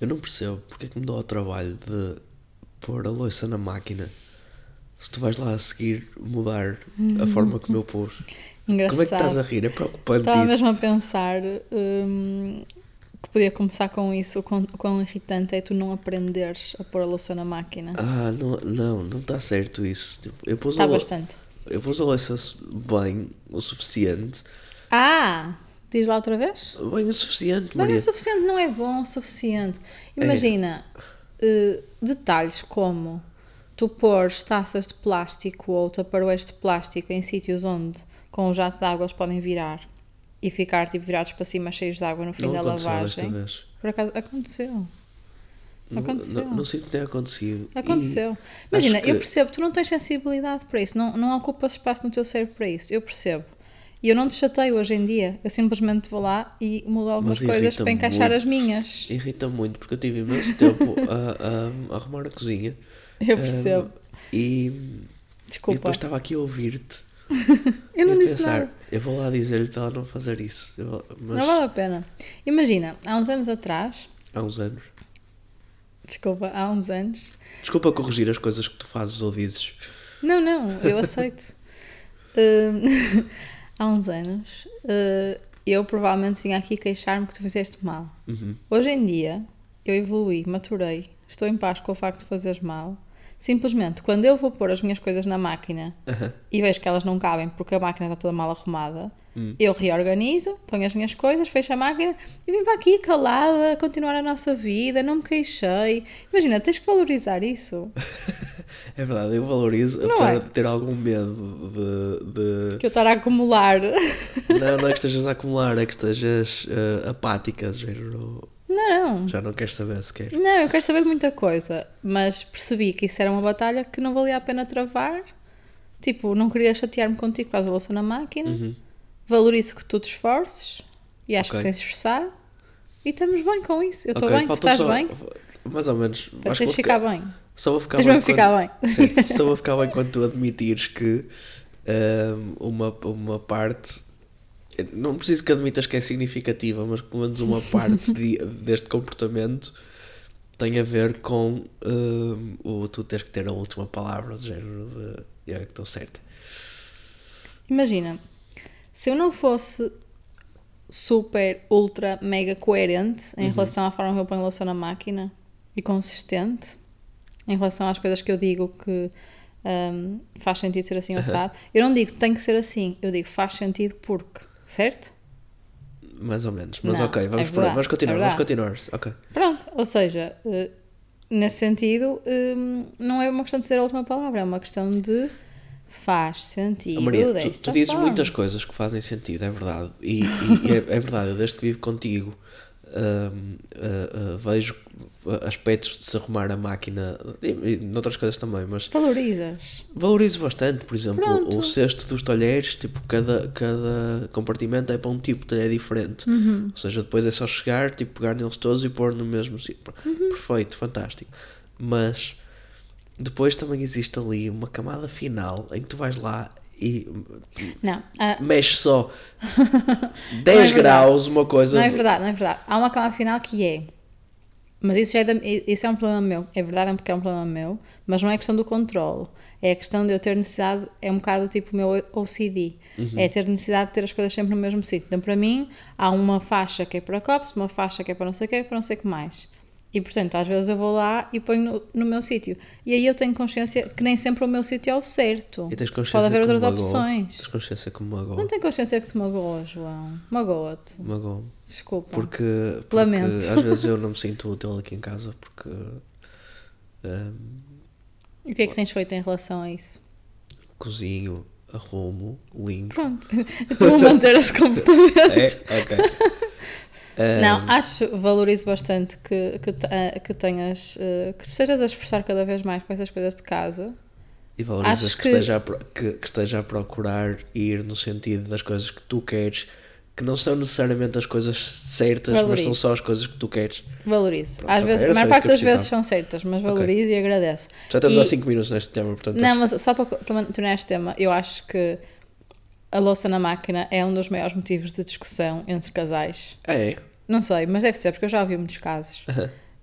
Eu não percebo porque é que me dá o trabalho de pôr a louça na máquina se tu vais lá a seguir mudar a forma como eu pus. Engraçado. Tá, Como é que estás a rir? É preocupante Estava isso. mesmo a pensar hum, que podia começar com isso. O quão, o quão irritante é tu não aprenderes a pôr a louça na máquina. Ah, não, não, não está certo isso. Tipo, Eu pus, Está a lo- Tá bastante. eu pus a louça su- bem o suficiente. Ah! Diz lá outra vez? Bem o suficiente, Mas Maria. É. o suficiente não é bom o suficiente. Imagina eh, detalhes como tu pôres taças de plástico ou taparoeiros de plástico em sítios onde com o jato de água eles podem virar e ficar tipo virados para cima cheios de água no fim não da aconteceu desta lavagem. vez. Por acaso aconteceu. Não- Aconteceu. Não, não sei que tenha acontecido. E- Aconteceu. Imagina, que- eu percebo, tu não tens sensibilidade para isso, não, não ocupas espaço no teu cérebro para isso, eu percebo. E eu não te chateio hoje em dia, eu simplesmente vou lá e mudo algumas Mas coisas irrita-me para encaixar muito. as minhas. Irrita muito porque eu tive imenso tempo a, a- a arrumar a cozinha. Eu percebo. Ah, e, e Desculpa, depois estava aqui a ouvir-te. eu não e a disse pensar, nada. Eu vou lá dizer-lhe para ela não fazer isso. Eu vou- mas Não vale a pena. Imagina, há uns anos atrás, há uns anos. desculpa, há uns anos, Desculpa corrigir as coisas que tu fazes ou dizes. Não, não, eu aceito. Hum, há uns anos, eh, eu provavelmente vinha aqui queixar-me que tu fizeste mal. Uhum. Hoje em dia, eu evoluí, maturei, estou em paz com o facto de fazeres mal. Simplesmente, quando eu vou pôr as minhas coisas na máquina e vejo que elas não cabem porque a máquina está toda mal arrumada, eu reorganizo, ponho as minhas coisas, fecho a máquina e vim para aqui calada, continuar a nossa vida, não me queixei. Imagina, tens que valorizar isso. É verdade, eu valorizo, Não apesar é? de ter algum medo de. de- Que eu estar a acumular. Não, não é que estejas a acumular, é que estejas eh, apática, do género. Não, Já não queres saber sequer. não, eu quero saber de muita coisa, mas percebi que isso era uma batalha que não valia a pena travar. Tipo, não queria chatear-me contigo por causa da louça na máquina. Valorizo que tu te esforces e acho Uhum. Ok. que tens de esforçar. E estamos bem com isso. Eu estou Ok, bem, tu faltou estás só- bem. Mais ou menos. Para acho que teres vou de ficar bem. Só vou ficar Tens bem. mesmo de ficar quando- bem. Certo, só vou ficar bem quando tu admitires que ahm, uma, uma parte. Não preciso que admitas que é significativa, mas que pelo menos uma parte de- deste comportamento tem a ver com ahm, o tu teres que ter a última palavra, do género de. É que estou certa. Imagina, se eu não fosse super, ultra, mega coerente em Uhum. relação à forma que eu ponho louça na máquina e consistente em relação às coisas que eu digo que hum, faz sentido ser assim ou assado, eu não digo tem que ser assim, eu digo faz sentido porque, certo? Mais ou menos. Mas Não, ok, vamos, é por aí. verdade, vamos continuar, é vamos continuar. verdade. Ok. Pronto, ou seja, eh, nesse sentido, hum, não é uma questão de ser a última palavra, é uma questão de faz sentido. Ah, Maria, tu, desta tu dizes forma. muitas coisas que fazem sentido, é verdade. E, e- e é, é verdade, eu desde que vivo contigo, hum, ah, ah, vejo aspectos de se arrumar a máquina e, e noutras coisas também, mas Valorizas. valorizo bastante, por exemplo, o Pronto. cesto dos talheres, tipo, cada, cada compartimento é para um tipo de talher diferente. Ou seja, depois é só chegar, tipo, pegar neles todos e pôr no mesmo sítio. Perfeito, fantástico. Mas depois também existe ali uma camada final em que tu vais lá e Não, ah, mexe só Não é 10 verdade. graus, uma coisa. Não é verdade, não é verdade. Há uma camada final que é. Mas isso, já é da- isso é um problema meu. É verdade, é porque é um problema meu. Mas não é questão do controlo. É a questão de eu ter necessidade. É um bocado tipo o meu OCD. Uhum. É ter necessidade de ter as coisas sempre no mesmo sítio. Então, para mim, há uma faixa que é para copos, uma faixa que é para não sei o que, para não sei o que mais. E, portanto, às vezes eu vou lá e ponho no, no meu sítio. E aí eu tenho consciência que nem sempre o meu sítio é o certo. E tens consciência Pode haver que me outras magoa. opções. Tens consciência que me Não magoa. tenho consciência que te magoa, João. Magoa-te. Magoa. Desculpa. Porque, porque Lamento. às vezes eu não me sinto útil aqui em casa porque hum, E o que é que tens feito em relação a isso? cozinho, arrumo, limpo. Pronto. Estou a manter esse comportamento. É, ok. Hum, Não, acho, valorizo bastante que, que, te- ah, que tenhas, eh, que estejas a esforçar cada vez mais com essas coisas de casa. E valorizas Acho que, que- Esteja a, pro- que, que esteja a procurar ir no sentido das coisas que tu queres, que não são necessariamente as coisas certas, mas são Valorizo. só as coisas que tu queres. Valorizo. Pronto, Às ok, vezes, era a só maior isso que parte eu das vezes precisava. são certas, mas valorizo e agradeço. Já estamos E- há 5 minutos neste tema, portanto. Não, mas só para co- torna- tornar este tema, eu acho que a louça na máquina é um dos maiores motivos de discussão entre casais. É, Não sei, mas deve ser, porque eu já ouvi muitos casos.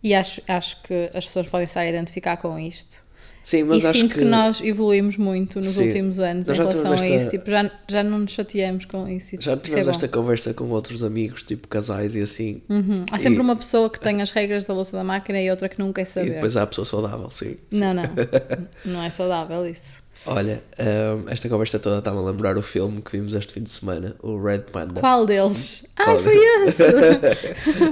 E E acho, acho que as pessoas podem estar a identificar com isto. Sim, mas e acho sinto que... que... nós evoluímos muito nos Sim. últimos anos em Nós já relação temos a esta- isso. Tipo, já, já não nos chateamos com isso. e Já isso é tivemos bom. esta conversa com outros amigos, tipo casais e assim. Uhum. Há sempre e- uma pessoa que tem as regras da louça da máquina e outra que não quer E saber. depois há a pessoa saudável, sim. Não, não. não é saudável isso. Olha, hum, esta conversa toda está-me a lembrar o filme que vimos este fim de semana, o Red Panda. Qual deles? Qual Ah, foi esse!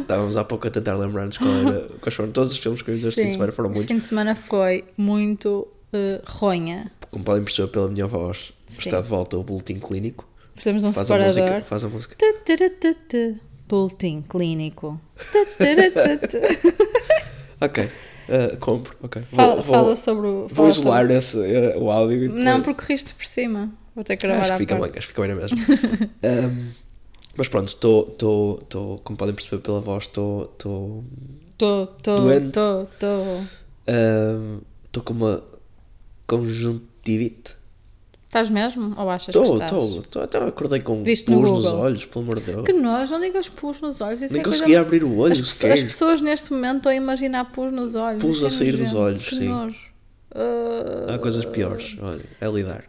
Estávamos há pouco a tentar lembrar-nos qual era- quais foram todos os filmes que vimos este fim de semana, foram este muitos. fim de semana foi muito eh, ronha. Como podem perceber pela minha voz, Sim. está de volta o boletim clínico. Fizemos um Faz a música. separador. Faz a música. Tu, tu, tu, tu, tu. Boletim clínico. Tu, tu, tu, tu, tu. Ok, uh, compro. Ok. Vou, Fala, vou- fala sobre o. vou fala isolar sobre- esse, eh, o áudio. e Não, depois- porque riste por cima. Vou ter que Ah, gravar Acho à que fica parte. bem, acho que fica bem na mesma. Ahm, mas pronto, estou, como podem perceber pela voz, estou Tô, tô, Doente. tô, tô. estou com uma conjuntivite. Estás mesmo? Ou achas que Estou, estás? estou, até acordei com Viste no pus nos Google? olhos, pelo amor de Deus. Que nós, não digas pus nos olhos. Isso Nem é coisa- consegui abrir o olho, As, pesso- as sequer. pessoas neste momento estão a imaginar pus nos olhos. Pus Isso é a sair dos nojento. olhos, Que sim. nojo. Ah, Há coisas piores, olha, é lidar.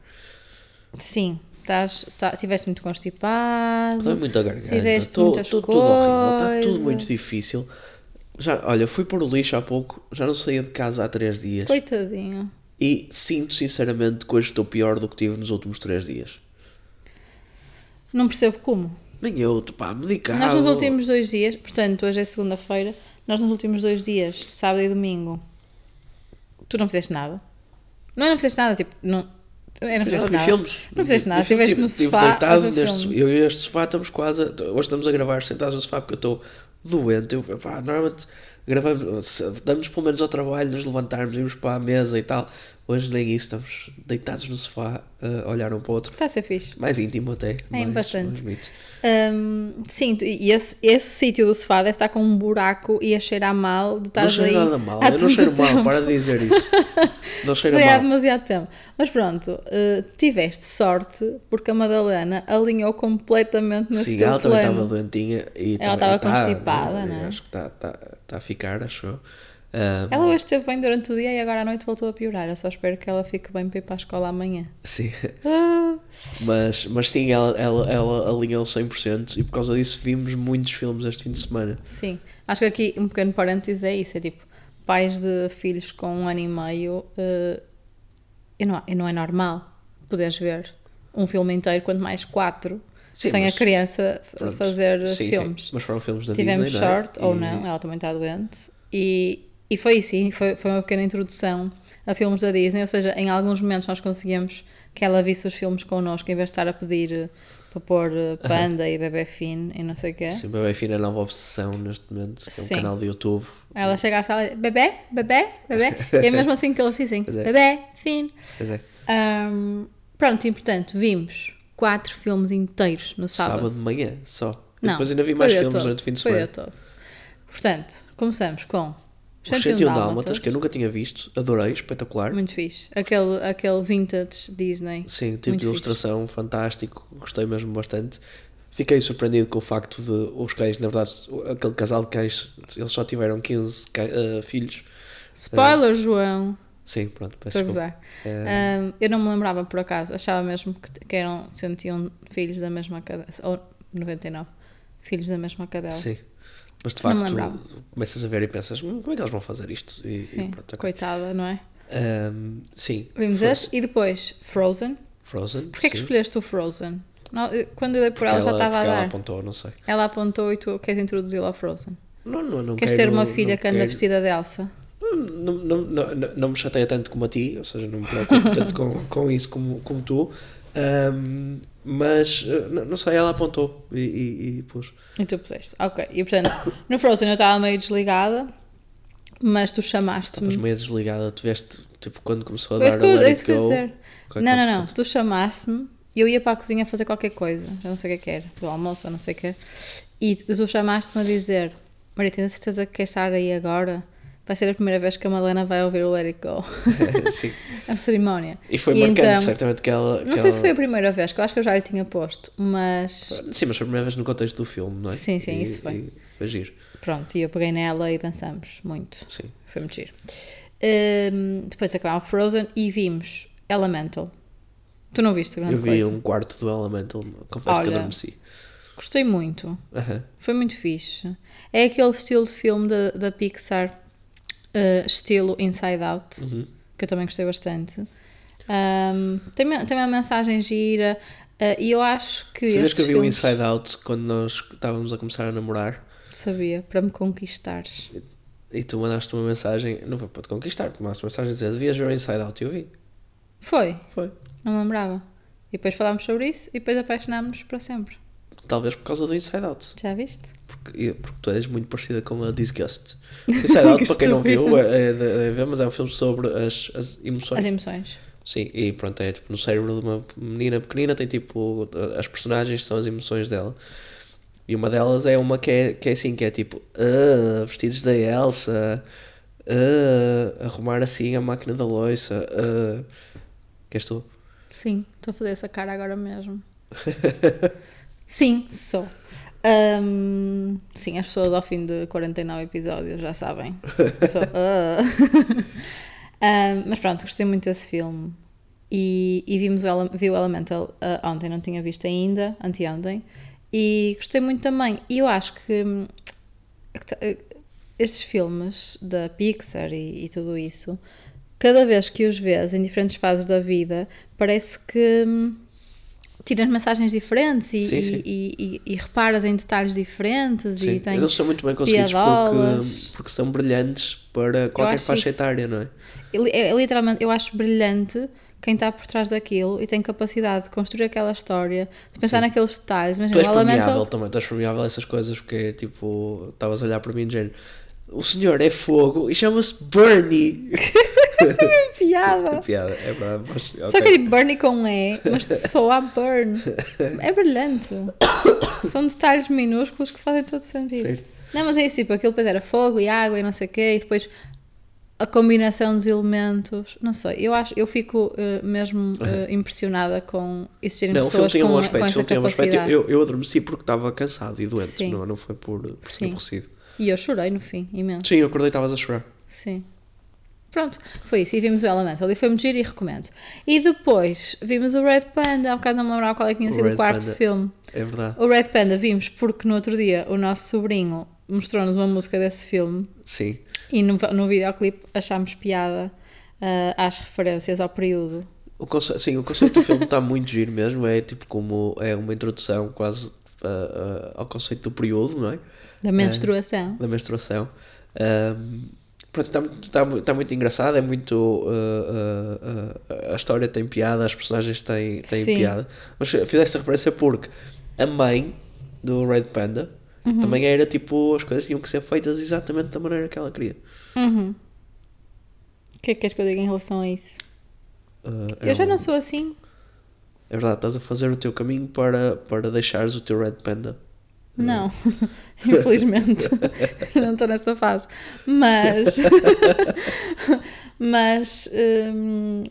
Sim, estás, tá, tiveste muito constipado. Dói é Tá muito a garganta, Tiveste estou muitas tudo horrível, está tudo coisas. muito difícil. Já, olha, fui pôr o lixo há pouco, já não saía de casa há três dias. Coitadinho. E sinto sinceramente que hoje estou pior do que tive nos últimos três dias. Não percebo como. Nem eu, tu pá, medicado. Nós nos últimos dois dias, portanto, hoje é segunda-feira, nós nos últimos dois dias, sábado e domingo, tu não fizeste nada. Não, não fizeste nada, tipo, não. é, Não Fiz nada, fizeste vi nada. filmes. Não fizeste Vi nada, filmes, estiveste no estive- sofá. estive a ver deitado neste, filme. eu e este sofá estamos quase. a- hoje estamos a gravar sentados no sofá porque eu estou doente. Eu, pá, normalmente gravamos, se- damos pelo menos ao trabalho, nos levantarmos, irmos para a mesa e tal. Hoje nem isso, estamos deitados no sofá a olhar um para o outro. Está Tá a ser fixe. Mais íntimo até. É mais, bastante. mais bonito. Hum, sim, tu- e esse, esse sítio do sofá deve estar com um buraco e a cheirar mal de estar Não cheiro aí nada mal, há eu não tanto cheiro mal, tempo. para de dizer isso. Não cheiro Foi há mal. demasiado tempo. Mas pronto, eh, tiveste sorte porque a Madalena alinhou completamente nesse Sim, teu ela também plano. estava doentinha e Ela também- estava e tá, constipada, eu não é? Acho que está tá, tá a ficar, acho eu. Ah, Ela hoje esteve bem durante o dia e agora à noite voltou a piorar. Eu só espero que ela fique bem para ir para a escola amanhã. Sim, Ah, mas, mas sim, ela, ela, ela alinhou 100% e por causa disso vimos muitos filmes este fim de semana. sim, acho que aqui um pequeno parênteses é isso: é tipo, pais de filhos com um ano e meio, eh, e não, e não é normal poderes ver um filme inteiro, quanto mais quatro, Sim, sem mas- a criança f- Pronto. fazer Sim, sim, filmes. mas foram filmes da Tivemos Disney, sorte, não é? ou E- não, ela também está doente. E, e foi isso, e foi, foi uma pequena introdução a filmes da Disney, ou seja, em alguns momentos nós conseguimos que ela visse os filmes connosco, em vez de estar a pedir eh, para pôr eh, Panda e Bebê Finn e não sei o quê. Sim, Bebê Fina é a nova obsessão neste momento, que é um Sim. canal de YouTube. Ela chega à sala e diz, bebê, bebê, bebê, e é mesmo assim que eles dizem, Pois é. bebê, Finn. Pois é, Ahm, pronto, e portanto, vimos quatro filmes inteiros no sábado, sábado. de manhã só. E Não, depois ainda vi foi mais o dia filmes todo, durante o fim de foi o semana. dia todo. Portanto, começamos com... O 101 Dálmatas, que é eu nunca tinha visto, adorei, espetacular. Muito fixe. Aquele, aquele vintage Disney. Sim, tipo Muito de ilustração fantástico, gostei mesmo bastante. Fiquei surpreendido com o facto de os cães, na verdade, aquele casal de cães, eles só tiveram 15 cã- eh, filhos. Spoiler, João. Sim, pronto, peço Estou a desculpa. gozar. Eh, Ahm, eu não me lembrava por acaso. Achava mesmo que, que eram 101 filhos da mesma cadela. Ou 99 filhos da mesma cadela. sim. Mas de Ah, Não me facto, lembrava. começas a ver e pensas, "Hum, como é que eles vão fazer isto? E, e Sim, pronto, ok. coitada, não é? Ahm, sim. Vimos Frozen- esse e depois Frozen. Frozen. Porquê é que sim. escolheste o Frozen? Não, eu- quando eu dei por ela, já Porque estava a porque dar. Ela apontou, não sei. Ela apontou e tu queres introduzi-la ao Frozen. Não, não, não Queres quero- ser uma não filha que anda quero- vestida de Elsa? Não, não, não, não- não me chateia tanto como a ti, ou seja, não me preocupo tanto com, com isso como, como tu, Ahm, mas eh, não, não sei, ela apontou e, e, e pôs. E tu puseste. Ok. E portanto, no Frozen eu estava meio desligada, mas tu Mas chamaste-me. meio desligada, tiveste, tipo, quando começou a dar Hum. Foi isso que a eu- Let é It isso que eu ia Go, dizer. qual é que Não, não, foi? não. Tu chamaste-me e eu ia para a cozinha fazer qualquer coisa. Já não sei o que é que era. Do almoço ou não sei o que era. E tu tu chamaste-me a dizer: Maria, tens a certeza que queres estar aí agora? Vai ser a primeira vez que a Malena vai ouvir o Let It Go. Sim. a cerimónia. E foi marcante, então, certamente, que ela... que Não sei ela- se foi a primeira vez, que eu acho que eu já lhe tinha posto, mas. Sim, mas foi a primeira vez no contexto do filme, não é? Sim, sim, E- isso foi. e Foi giro. Pronto, e eu peguei nela e dançamos muito. Sim. Foi muito giro. Hum, depois acabámos Frozen e vimos Elemental. Tu não viste grande Eu vi coisa? um quarto do Elemental, confesso que Olha. adormeci. Gostei muito. Aham. Foi muito fixe. É aquele estilo de filme da, da Pixar, eh, estilo Inside Out, uhum. que eu também gostei bastante. Ahm, tem, me- tem uma mensagem gira eh, e eu acho que. Sabias estes que eu vi o filmes- Inside Out quando nós estávamos a começar a namorar Sabia, para me conquistares. e tu mandaste uma mensagem, não foi para te conquistar, tu mandaste uma mensagem a dizer devias ver o Inside Out e eu vi. Foi, Foi. não me lembrava. E depois falámos sobre isso e depois apaixonámos-nos para sempre. Talvez por causa do Inside Out, Já viste? porque, e- porque tu és muito parecida com a Disgust. Inside Out, Que para quem não viu, estúpido. é, é, de- é ver, mas é um filme sobre as, as emoções. As emoções. Sim, e pronto, é tipo no cérebro de uma menina pequenina, tem tipo as personagens são as emoções dela. E uma delas é uma que é, que é assim, que é tipo, "Ah, vestidos da Elsa, ah, arrumar assim a máquina da loiça, ah." que és tu? Sim, estou a fazer essa cara agora mesmo. Sim, sou. Ahm, sim, as pessoas ao fim de 49 episódios já sabem. Sou, ah. Ahm, mas pronto, gostei muito desse filme. E, e vimos o, Ele- vi o Elemental ah, ontem, não tinha visto ainda, anteontem. E gostei muito também. E eu acho que hum, que ta- eh, estes filmes da Pixar e, e tudo isso, cada vez que os vês em diferentes fases da vida, parece que hum, tiras mensagens diferentes e, Sim, e- sim. e- e- e reparas em detalhes diferentes Sim, e tens. eles são muito bem conseguidos piadolas. porque, porque são brilhantes para qualquer acho faixa isso- etária, não é? Ele- É, é literalmente, eu acho brilhante quem está por trás daquilo e tem capacidade de construir aquela história, de pensar naqueles detalhes. é Tu Imagina, és o Elemental. permeável também, tu és permeável a essas coisas porque é tipo, estavas a olhar para mim de género, o senhor é fogo e chama-se Bernie. Que piada! É piada, é verdade, mas. Só ok. que é tipo Bernie com um E, mas só há burn. É brilhante. São detalhes minúsculos que fazem todo sentido. Certo. Não, mas é isso, tipo, aquilo depois era fogo e água e não sei o quê, e depois a combinação dos elementos. Não sei, eu acho, eu fico eh, mesmo eh, impressionada com existirem Não, o filme pessoas com, tinha um com aspecto, o essa filme tinha um aspecto. capacidade. Eu, eu adormeci porque estava cansado e doente, Sim. não, não foi por, por ser Sim. aborrecido. E eu chorei no fim, imenso. Sim, eu acordei e estavas a chorar. Sim. Pronto, foi isso. E vimos o Elemental. E foi muito giro e recomendo. E depois vimos o Red Panda. Há um bocado não me lembrava qual é que tinha O sido Red o quarto Panda. filme. É verdade. O Red Panda vimos porque no outro dia o nosso sobrinho mostrou-nos uma música desse filme Sim. e no, no videoclipe achámos piada ah, às referências ao período. O conce... Sim, o conceito do filme está muito giro mesmo. É tipo como. É uma introdução quase ah, ah, ao conceito do período, não é? Da menstruação. Da menstruação. Ahm, pronto, está muito, tá, mu- tá muito engraçado. É muito. ah, ah, ah, a história tem piada, as personagens têm, têm Sim. piada. Mas fizeste a referência porque a mãe do Red Panda. Uhum. Também era tipo, as coisas tinham que ser feitas exatamente da maneira que ela queria. Uhum. O que é que queres que eu diga em relação a isso? Ah, é Eu já um- não sou assim. É verdade, estás a fazer o teu caminho para, para deixares o teu Red Panda. eh, Não, infelizmente, não estou nessa fase. Mas, mas hum,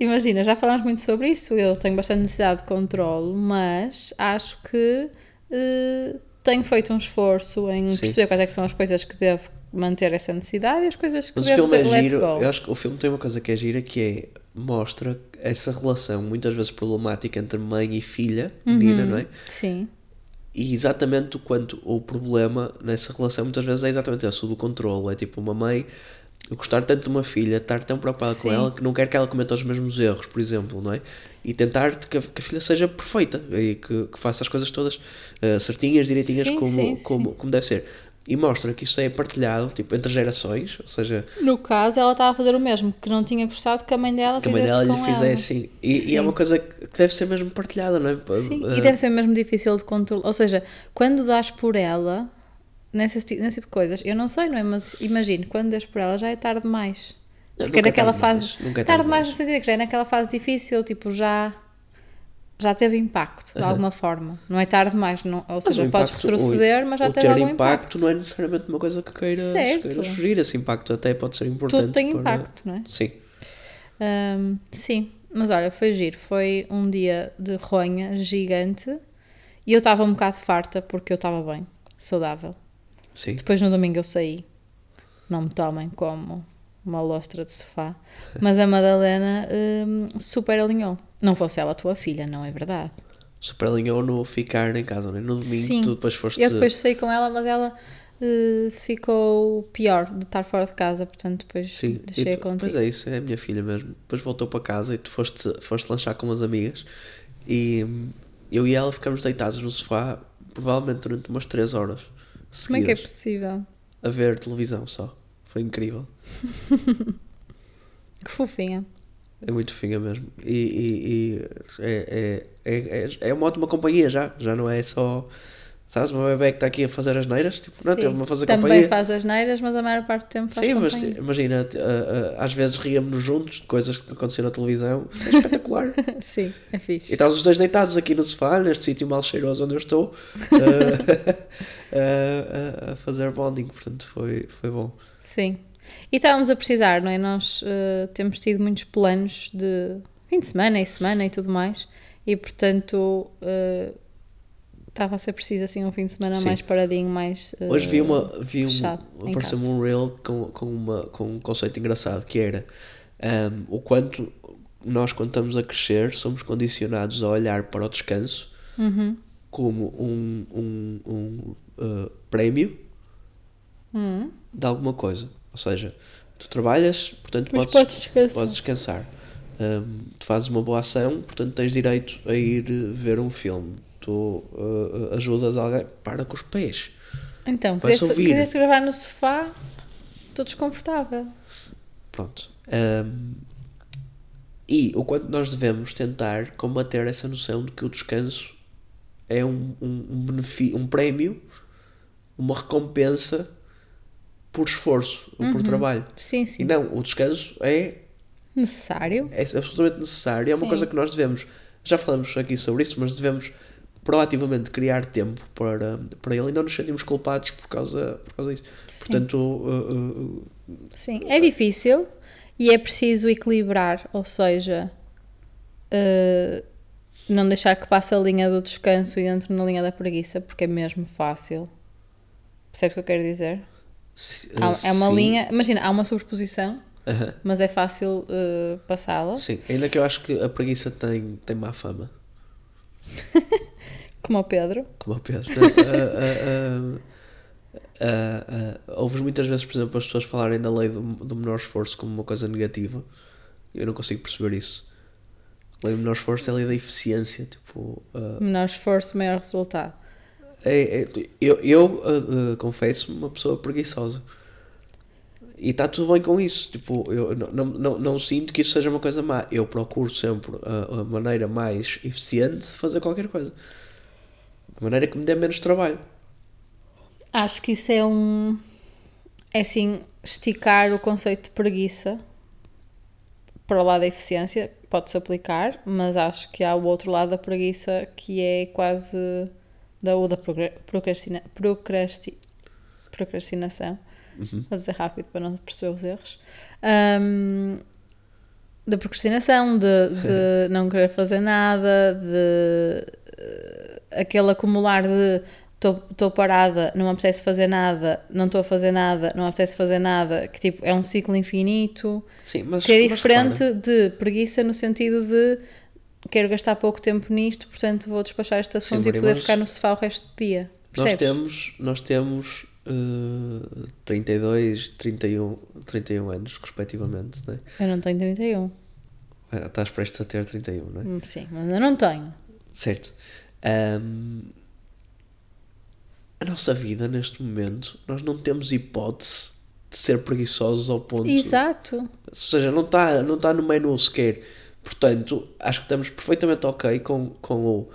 imagina, já falámos muito sobre isso. Eu tenho bastante necessidade de controle, mas acho que eh, tenho feito um esforço em Sim. perceber quais é que são as coisas que devo manter essa necessidade e as coisas que Mas o devo filme é let giro, go. eu acho que o filme tem uma coisa que é gira que é mostra essa relação muitas vezes problemática entre mãe e filha, Uhum. menina, não é? Sim, E exatamente o quanto o problema nessa relação muitas vezes é exatamente esse, o do controle. É tipo uma mãe gostar tanto de uma filha, estar tão preocupada com Sim. ela que não quer que ela cometa os mesmos erros, por exemplo, não é? E tentar que a, que a filha seja perfeita e que, que faça as coisas todas eh, certinhas, direitinhas, Sim, como, sim, sim. como, como deve ser. E mostra que isso é partilhado tipo, entre gerações, ou seja, no caso, ela estava a fazer o mesmo, que não tinha gostado que a mãe dela que a mãe fizesse dela com lhe ela. fizesse. E, e é uma coisa que que deve ser mesmo partilhada, não é? Sim, Eh, e deve ser mesmo difícil de controlar. Ou seja, quando dás por ela, nesse, ti- nesse tipo de coisas, eu não sei, não é? Mas imagino, quando das por ela já é tarde demais. Não, Porque é nunca é naquela tarde fase. demais, nunca é tarde tarde demais no sentido que já é naquela fase difícil, tipo, já. Já teve impacto, de alguma forma. Não é tarde demais, não, ou Mas seja, o podes impacto- retroceder, o- mas já o teve ter algum impacto, impacto. não é necessariamente uma coisa que queiras, Certo. queiras fugir. Esse impacto até pode ser importante. Tudo tem para- impacto, não é? Sim. Hum, sim, mas olha, foi giro. Foi um dia de ronha gigante e eu estava um bocado farta porque eu estava bem, saudável. Sim. Depois no domingo eu saí. Não me tomem como uma lostra de sofá. Mas a Madalena hum, super alinhou. Não fosse ela a tua filha, não é verdade? Super alinhou no ficar em casa, né? No domingo Sim. tu depois foste. Eu depois saí com ela, mas ela eh, ficou pior de estar fora de casa, portanto depois Sim, e deixei a tu- pois contigo. é isso, é a minha filha mesmo. Depois voltou para casa e tu foste, foste lanchar com umas amigas e hum, eu e ela ficamos deitados no sofá provavelmente durante umas 3 horas seguidas Como é que é possível? a ver televisão só. Foi incrível. Que fofinha. É muito finha mesmo. E, e- e é, é, é, é- é uma ótima companhia já. Já não é só. Sabes, uma bebé que está aqui a fazer as neiras? Tipo, não, Sim. teve-me a fazer Também companhia. faz as neiras, mas a maior parte do tempo faz Sim, mas companhia. imagina, t- a- a- às vezes ríamos juntos de coisas que aconteciam na televisão. Isso é espetacular. Sim, é E fixe. estávamos os dois deitados aqui no sofá, neste sítio mal cheiroso onde eu estou, eh, a- a- a fazer bonding, portanto foi, foi bom. Sim. E estávamos a precisar, não é? Nós eh, temos tido muitos planos de fim de semana e semana e tudo mais, e portanto eh, estava a ser preciso assim um fim de semana Sim. mais paradinho, mais. eh, Hoje vi uma. Vi fechado um, em apareceu-me casa. um reel com, com, uma, com um conceito engraçado que era ahm, o quanto nós, quando estamos a crescer, somos condicionados a olhar para o descanso Uhum. como um, um, um ah, prémio Uhum. de alguma coisa. Ou seja, tu trabalhas, portanto Mas podes, podes descansar. podes descansar. Ahm, tu fazes uma boa ação, portanto tens direito a ir eh, ver um filme. Tu ah, ah, ajudas alguém, para com os pés. Então, Vai-se quiseste, ouvir. quiseste gravar no sofá, estou desconfortável. Pronto. Ahm, e o quanto nós devemos tentar combater essa noção de que o descanso é um, um, um, benefi- um prémio, uma recompensa por esforço, ou Uhum. por trabalho. Sim, sim. E não, o descanso é, Necessário? é absolutamente necessário, é uma Sim. coisa que nós devemos, já falamos aqui sobre isso, mas devemos proativamente criar tempo para, para ele e não nos sentimos culpados por causa, por causa disso. Sim. Portanto, uh, uh, Sim. É difícil e é preciso equilibrar, ou seja, eh, não deixar que passe a linha do descanso e entre na linha da preguiça, porque é mesmo fácil. Percebes o que eu quero dizer? se- uh, Há- é uma Eh, sim. linha, imagina, há uma sobreposição, Aham. mas é fácil eh, passá-la. Sim, ainda que eu acho que a preguiça tem, tem má fama, Como o Pedro, como é o Pedro. Não, eh, ah, ah, ah, ah, ah, ouves muitas vezes, por exemplo, as pessoas falarem da lei do, do menor esforço como uma coisa negativa. Eu não consigo perceber isso. A lei do menor esforço é a lei da eficiência. Tipo, ah, menor esforço, maior resultado. é- é- eu eu ah, ah, confesso-me uma pessoa preguiçosa. E está tudo bem com isso. Tipo, eu não, não, não, não sinto que isso seja uma coisa má. Eu procuro sempre ah, a, a maneira mais eficiente de fazer qualquer coisa. A maneira que me dê menos trabalho. Acho que isso é um. É assim, esticar o conceito de preguiça para o lado da eficiência, pode-se aplicar, mas acho que há o outro lado da preguiça que é quase da ou da progra- procrastina, procrasti, procrastinação. Vou dizer rápido para não perceber os erros. Ahm, da procrastinação, de, de não querer fazer nada, de eh, aquele acumular de estou parada, não me apetece fazer nada, não estou a fazer nada, não me apetece fazer nada, que tipo é um ciclo infinito, Sim, mas. que é mas diferente repara, de preguiça no sentido de quero gastar pouco tempo nisto, portanto vou despachar este assunto e Maria, poder mas ficar no sofá o resto do dia. nós Percebes? temos, nós temos eh, 32, 31, 31 anos, respectivamente, não é? Eu não tenho 31. Ah, Estás prestes a ter 31, não é? Hum, Sim, mas eu não tenho. Certo. Ahm, a nossa vida, neste momento, nós não temos hipótese de ser preguiçosos ao ponto. Exato. Ou seja, não está não tá no menu sequer. Portanto, acho que estamos perfeitamente ok com, com o.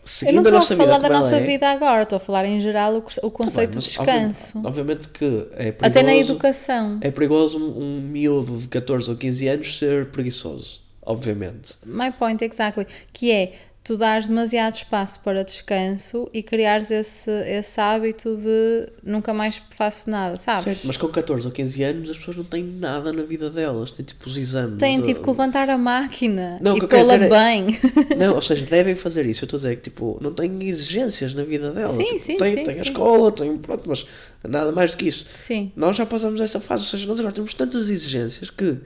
Eu não Seguindo a estou a nossa vida. falar da como ela nossa é, vida agora, estou a falar em geral o, o tá bem, conceito mas de obvi- descanso. Obviamente que é perigoso. Até na educação. É perigoso um, um miúdo de 14 ou 15 anos ser preguiçoso. Obviamente. My point, exactly. Que é, tu dares demasiado espaço para descanso e criares esse, esse hábito de nunca mais faço nada, sabes? Certo, mas com 14 ou 15 anos as pessoas não têm nada na vida delas, têm tipo os exames. Têm ou- tipo que levantar a máquina uh, Não, o e que eu quero pô-la dizer é- bem. Não, ou seja, devem fazer isso. Eu estou a dizer que tipo, não têm exigências na vida delas. Sim, Tipo, sim, têm, sim, têm a sim. escola, têm pronto, mas nada mais do que isso. Sim, Nós já passamos essa fase, ou seja, nós agora temos tantas exigências que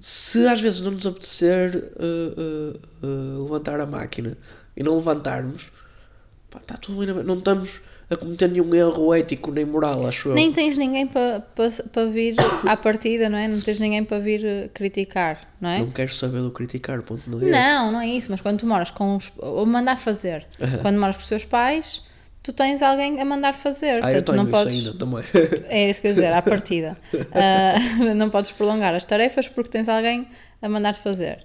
se às vezes não nos apetecer uh, uh, uh, levantar a máquina e não levantarmos, pá, está tudo bem, na- não estamos a cometer nenhum erro ético nem moral, acho eu. nem tens ninguém para pa, pa vir à partida, não é? Não tens ninguém para vir eh, criticar, não é? Não quero saber do criticar, ponto não é esse. Não, não é isso, mas quando tu moras com os. ou mandar fazer. Aham. Quando moras com os teus pais, tu tens alguém a mandar fazer. Ah, eu portanto, tenho não isso podes, ainda também. É isso que eu ia dizer, à partida. Ah, não podes prolongar as tarefas porque tens alguém a mandar fazer.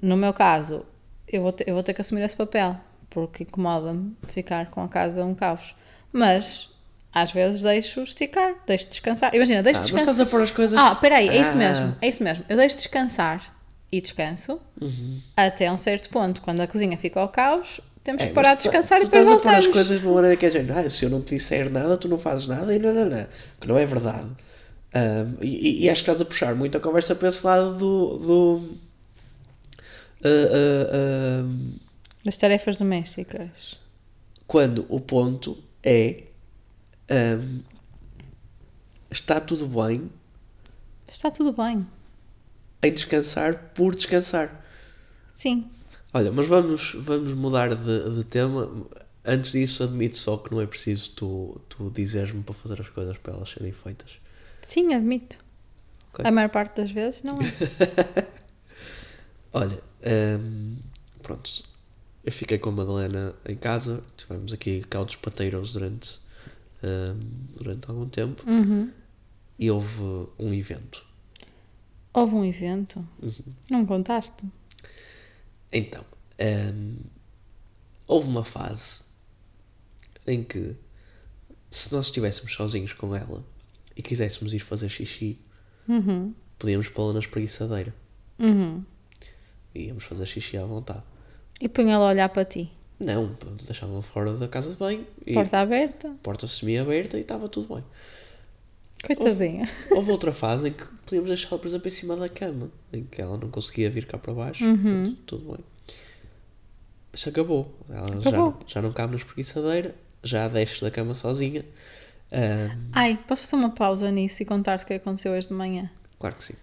No meu caso, eu vou, ter, eu vou ter que assumir esse papel, porque incomoda-me ficar com a casa um caos. Mas, às vezes, deixo esticar, deixo descansar. Imagina, Ah, deixo mas descansar. estás a pôr as coisas. Ah, peraí, é isso Ah. mesmo, é isso mesmo. Eu deixo descansar e descanso Uhum. até um certo ponto. Quando a cozinha fica ao caos, temos É, que parar mas de tu- descansar tu e depois estás a pôr voltamos. as coisas de uma maneira que é género, ah, se eu não te disser nada, tu não fazes nada e não, não, não, que não é verdade. Ahm, e, e- e acho que estás a puxar muito a conversa para esse lado do. do ah, ah, ahm, Das tarefas domésticas. quando o ponto é. ahm, está tudo bem Está tudo bem. em descansar por descansar. Sim. Olha, mas vamos, vamos mudar de, de tema. Antes disso, admito só que não é preciso tu, tu dizeres-me para fazer as coisas para elas serem feitas. Sim, admito. Ok. A maior parte das vezes não é. Olha, hum, pronto. Eu fiquei com a Madalena em casa. Tivemos aqui caldos pateiros durante, hum, durante algum tempo. Uhum. E houve um evento. Houve um evento. Uhum. Não contaste? Então, hum, houve uma fase em que se nós estivéssemos sozinhos com ela e quiséssemos ir fazer xixi, Uhum. podíamos pô-la na espreguiçadeira. Uhum. E íamos fazer xixi à vontade. E punha ela a olhar para ti. Não, deixavam fora da casa de banho e Porta aberta. porta semi-aberta e estava tudo bem. Coitadinha. Houve outra fase em que podíamos deixá-la, por exemplo, em cima da cama, em que ela não conseguia vir cá para baixo, Uhum. portanto, tudo bem. Isso acabou. Ela Acabou. Já, já não cabe na espreguiçadeira, já desce da cama sozinha. Ahm, Ai, posso fazer uma pausa nisso e contar-te o que aconteceu hoje de manhã? claro que sim.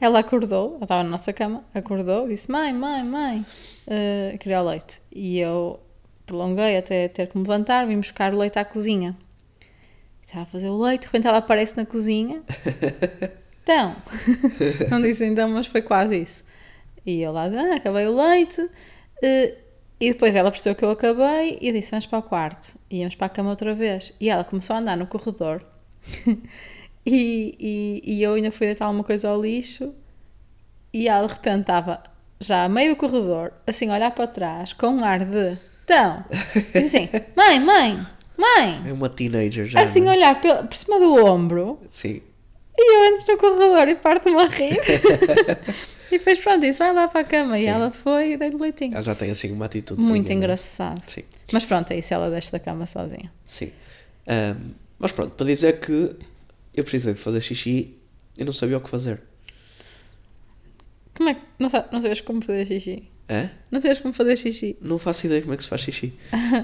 Ela acordou, ela estava na nossa cama, acordou, disse: Mãe, mãe, mãe, eh, queria o leite. E eu prolonguei até ter que me levantar, vim buscar o leite à cozinha. Estava a fazer o leite, de repente ela aparece na cozinha. Então, não disse então, mas foi quase isso. E eu lá, ah, acabei o leite. eh, e depois ela percebeu que eu acabei e disse: Vamos para o quarto. E íamos para a cama outra vez. E ela começou a andar no corredor. e, e- e eu ainda fui deitar alguma coisa ao lixo. E ela de repente estava já a meio do corredor, assim, a olhar para trás, com um ar de: Então, e disse assim: Mãe, mãe, mãe! É uma teenager já. Assim, não é? olhar pela- por cima do ombro. Sim. E eu entro no corredor e parto-me a rir. e depois, pronto, disse: Vai lá para a cama. E Sim. ela foi e dei-lhe leitinho. Ela já tem assim uma atitude. Muito engraçado. Sim. Mas pronto, é isso, ela desce da cama sozinha. Sim. Ahm, mas pronto, para dizer que eu precisei de fazer xixi e não sabia o que fazer. Como é que. Não, sa- não sabes como fazer xixi? Hã? Não sabes como fazer xixi? Não faço ideia como é que se faz xixi.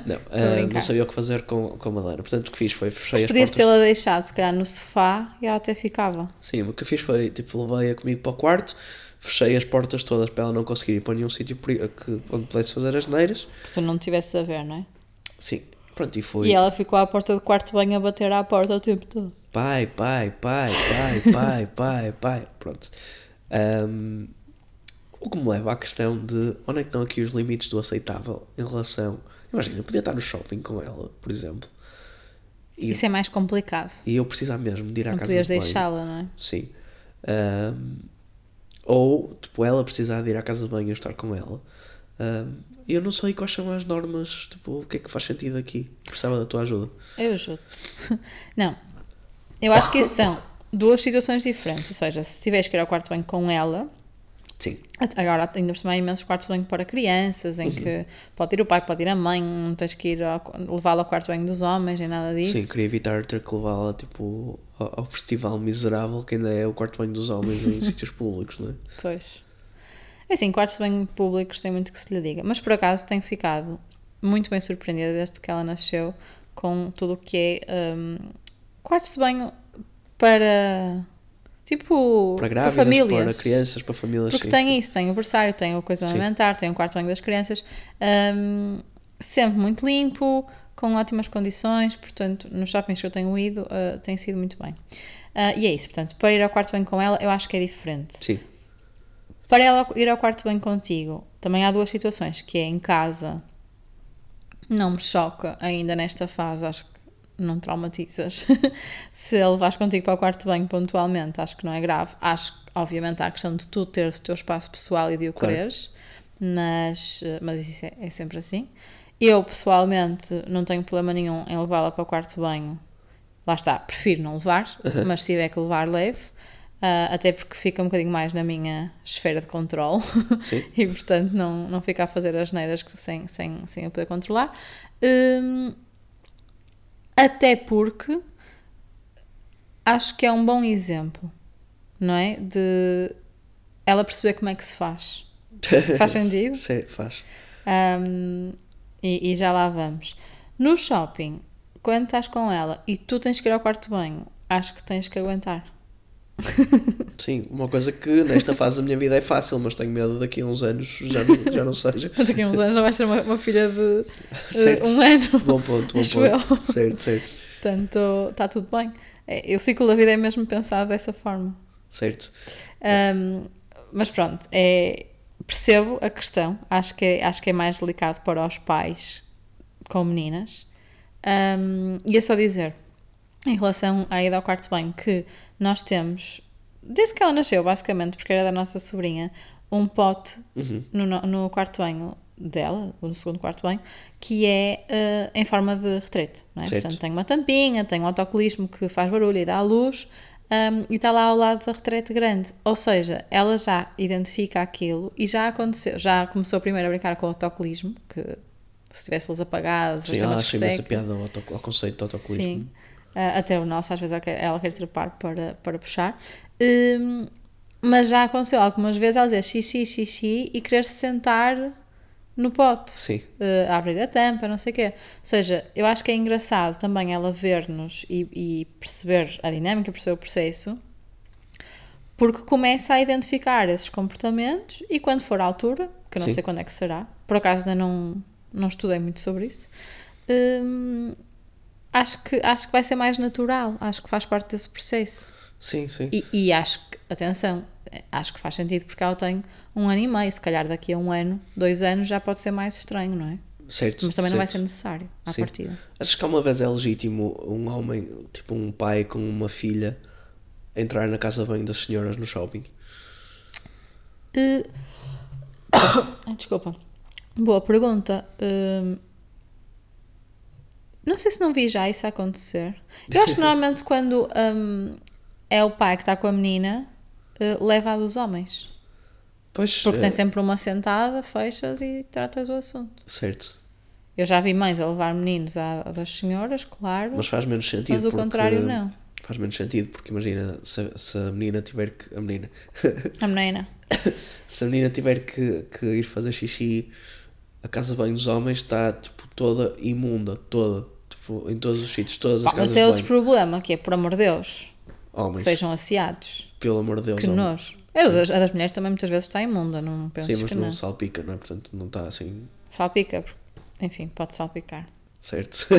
Não, Tô a ah, não brincar. sabia o que fazer com, com a Madalena. Portanto, o que fiz foi fechei Mas as podias portas. tê-la deixado, se calhar, no sofá e ela até ficava. Sim, o que eu fiz foi, tipo, levei-a comigo para o quarto, fechei as portas todas para ela não conseguir ir para nenhum sítio por- que- onde pudesse fazer as neiras. Porque tu não tivesses a ver, não é? Sim, pronto, e foi. E ela ficou à porta do quarto de banho a bater à porta o tempo todo. Pai, pai, pai, pai, pai, pai, pai. Pronto. Ahm, o que me leva à questão de onde é que estão aqui os limites do aceitável em relação. Imagina, eu podia estar no shopping com ela, por exemplo, E- Isso é mais complicado. e eu precisar mesmo de ir à Não casa podias de banho. deixá-la, não é? Sim. Ahm, ou, tipo, ela precisar de ir à casa de banho e eu estar com ela. Ahm, eu não sei quais são as normas, tipo, o que é que faz sentido aqui. Precisava da tua ajuda. Eu juro. Não. Eu acho que isso são duas situações diferentes. Ou seja, se tiveres que ir ao quarto de banho com ela, Sim. At- Agora, ainda por cima, há imensos quartos de banho para crianças, Uhum. em que pode ir o pai, pode ir a mãe, não tens que ir ao- levá-lo ao quarto de banho dos homens, nem nada disso. Sim, queria evitar ter que levá-la tipo, ao, ao festival miserável que ainda é o quarto banho dos homens em sítios públicos, não é? Pois. É assim, quartos de banho públicos tem muito que se lhe diga. Mas por acaso tenho ficado muito bem surpreendida desde que ela nasceu com tudo o que é hum, quartos de banho para. Tipo. Para grávidas, para, crianças, para famílias. Porque sim, tem sim. isso, tem o berçário, tem a coisa Sim. alimentar, tem o quarto de banho das crianças, hum, sempre muito limpo, com ótimas condições, portanto, nos shoppings que eu tenho ido, ah, tem sido muito bem. Ah, e é isso, portanto, para ir ao quarto de banho com ela, eu acho que é diferente. Sim, Para ela ir ao quarto de banho contigo, também há duas situações, que é em casa, não me choca ainda nesta fase, acho que não traumatizas. Se a levares contigo para o quarto de banho pontualmente, acho que não é grave. Acho que, obviamente, há a questão de tu teres o teu espaço pessoal e de o Claro. quereres, mas, eh, mas isso é, é sempre assim. Eu, pessoalmente, não tenho problema nenhum em levá-la para o quarto de banho. Lá está, prefiro não levar, mas se tiver que levar, levo. Ah, até porque fica um bocadinho mais na minha esfera de controle. Sim. e portanto não, não fica a fazer as neiras que sem, sem, sem eu poder controlar. Hum, até porque acho que é um bom exemplo, não é? De ela perceber como é que se faz. Faz sentido? Sim, faz. Hum, e, e já lá vamos. No shopping, quando estás com ela e tu tens que ir ao quarto de banho, acho que tens que aguentar. Sim, uma coisa que nesta fase da minha vida é fácil, mas tenho medo daqui a uns anos já não, já não seja. Mas daqui a uns anos já vais ter uma, uma filha de eh, Certo. um ano. Bom ponto, bom Acho ponto. eu. Certo, certo. Portanto, está tudo bem. É, O ciclo da vida é mesmo pensado dessa forma. Certo. Ahm, mas pronto, é- percebo a questão. Acho que, é, acho que é mais delicado para os pais com meninas. Ahm, e é só dizer, em relação à ida ao quarto de banho, que nós temos, desde que ela nasceu, basicamente, porque era da nossa sobrinha, um pote no, no- no quarto de banho dela, ou no segundo quarto de banho, que é ah, em forma de retrete. Não é? Certo. Portanto, tem uma tampinha, tem um autocolismo que faz barulho e dá à luz, hum, e está lá ao lado da retrete grande. Ou seja, ela já identifica aquilo e já aconteceu, já começou primeiro a brincar com o autocolismo, que se tivesse-los apagados, Sim, essa é uma ela acha imensa discoteca. piada ao, auto- ao conceito de autocolismo. Sim. Ah, até o nosso, às vezes ela quer, ela quer trepar para, para puxar. Hum, mas já aconteceu algumas vezes ela dizer xixi, xixi e querer se sentar no pote. Sim. Eh, a abrir a tampa, não sei o quê. Ou seja, eu acho que é engraçado também ela ver-nos e, e perceber a dinâmica, perceber o processo, porque começa a identificar esses comportamentos e quando for à altura, que eu não Sim. sei quando é que será, por acaso ainda não, não estudei muito sobre isso, hum, acho, que, acho que vai ser mais natural, acho que faz parte desse processo. Sim, sim. E, e acho que, atenção, acho que faz sentido porque ela tem um ano e meio, se calhar daqui a um ano, dois anos já pode ser mais estranho, não é? Certo. Mas também não vai ser certo. necessário à Sim. partida. Achas que alguma vez é legítimo um homem, tipo um pai com uma filha, entrar na casa de banho das senhoras no shopping? Eh, Ai, Desculpa. Boa pergunta. Hum, Não sei se não vi já isso acontecer. Eu acho que normalmente quando hum, é o pai que está com a menina, eh, leva a dos homens. Pois. Porque eh, tem sempre uma sentada, fechas e tratas o assunto. Certo. Eu já vi mães a levar meninos à, à das senhoras, claro. Mas faz menos sentido. Mas o porque- contrário, não. Faz menos sentido, porque imagina, se, se a menina tiver que. A menina. A menina. se a menina tiver que, que ir fazer xixi, a casa de banho dos homens está, tipo, toda imunda, toda. Tipo, em todos os sítios, todas as Pá, casas mas é de outro banho. problema, que é, por amor de Deus, Homens, sejam assiados. pelo amor de Deus. Que homens. nojo. Eu, das- a das mulheres também muitas vezes está imunda, não penso Sim, mas que não não. salpica, não é? Portanto, não está assim, Salpica, porque- enfim, pode salpicar. certo?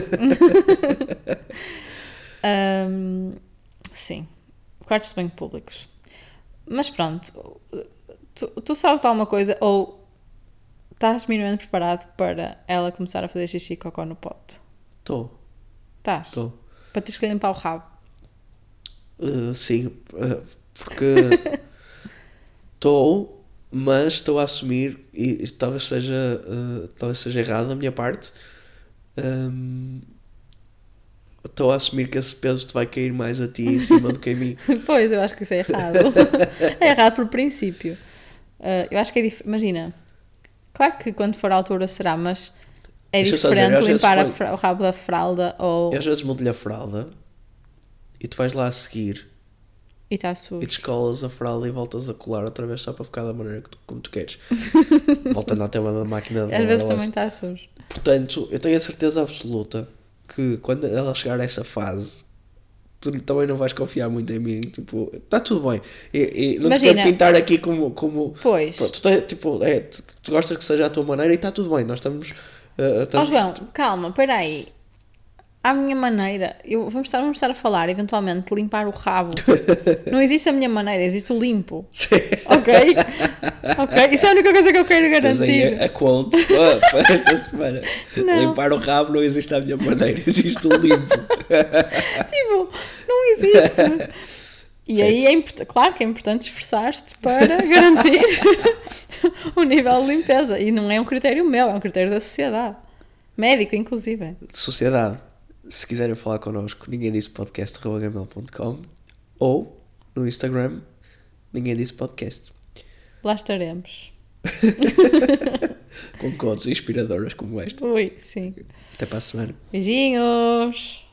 Ahm, sim, quartos de banho públicos. Mas pronto, tu, tu sabes alguma coisa ou estás minimamente preparado para ela começar a fazer xixi e cocó no pote? Estou, Estás? estou. Para teres que lhe limpar o rabo. Uh, sim, uh, porque estou, mas estou a assumir, e, e talvez seja, uh, talvez seja errado da minha parte, um, estou a assumir que esse peso te vai cair mais a ti em cima do que a mim. pois, eu acho que isso é errado. é errado por princípio. Ah, eu acho que é diferente. Imagina, claro que quando for à altura será, mas é Deixa eu só dizer, diferente às vezes limpar a põe- fra- o rabo da fralda ou. E às vezes mudo-lhe a fralda e tu vais lá a seguir E está e sujo. descolas a fralda e voltas a colar outra vez só para ficar da maneira que tu, como tu queres. Voltando ao tema da máquina de Às lavar vezes a também louça. está sujo. Portanto, eu tenho a certeza absoluta que quando ela chegar a essa fase, tu também não vais confiar muito em mim. Tipo, está tudo bem. E, e não te quero Imagina. pintar aqui como. como Pois. pronto, tu, tens- tipo, é, tu, tu gostas que seja a tua maneira e está tudo bem. Nós estamos. eh, Ó estamos- João, calma, peraí. À minha maneira, eu, vamos, estar, vamos estar a falar eventualmente de limpar o rabo. Não existe a minha maneira, existe o limpo. Ok? Ok? Isso é a única coisa que eu quero Tens aí garantir. a, a quote ah, para esta semana. Não. Limpar o rabo não existe à minha maneira, existe o limpo. Tipo, não existe. E aí é import- claro que é importante esforçar-te para garantir o nível de limpeza. E não é um critério meu, é um critério da sociedade. Médico, inclusive. Sociedade, se quiserem falar connosco, ninguém disse podcast.gmail.com ou no Instagram, ninguém disse podcast. Lá estaremos. Com codes inspiradoras como esta. Ui, sim. Até para a semana. Beijinhos!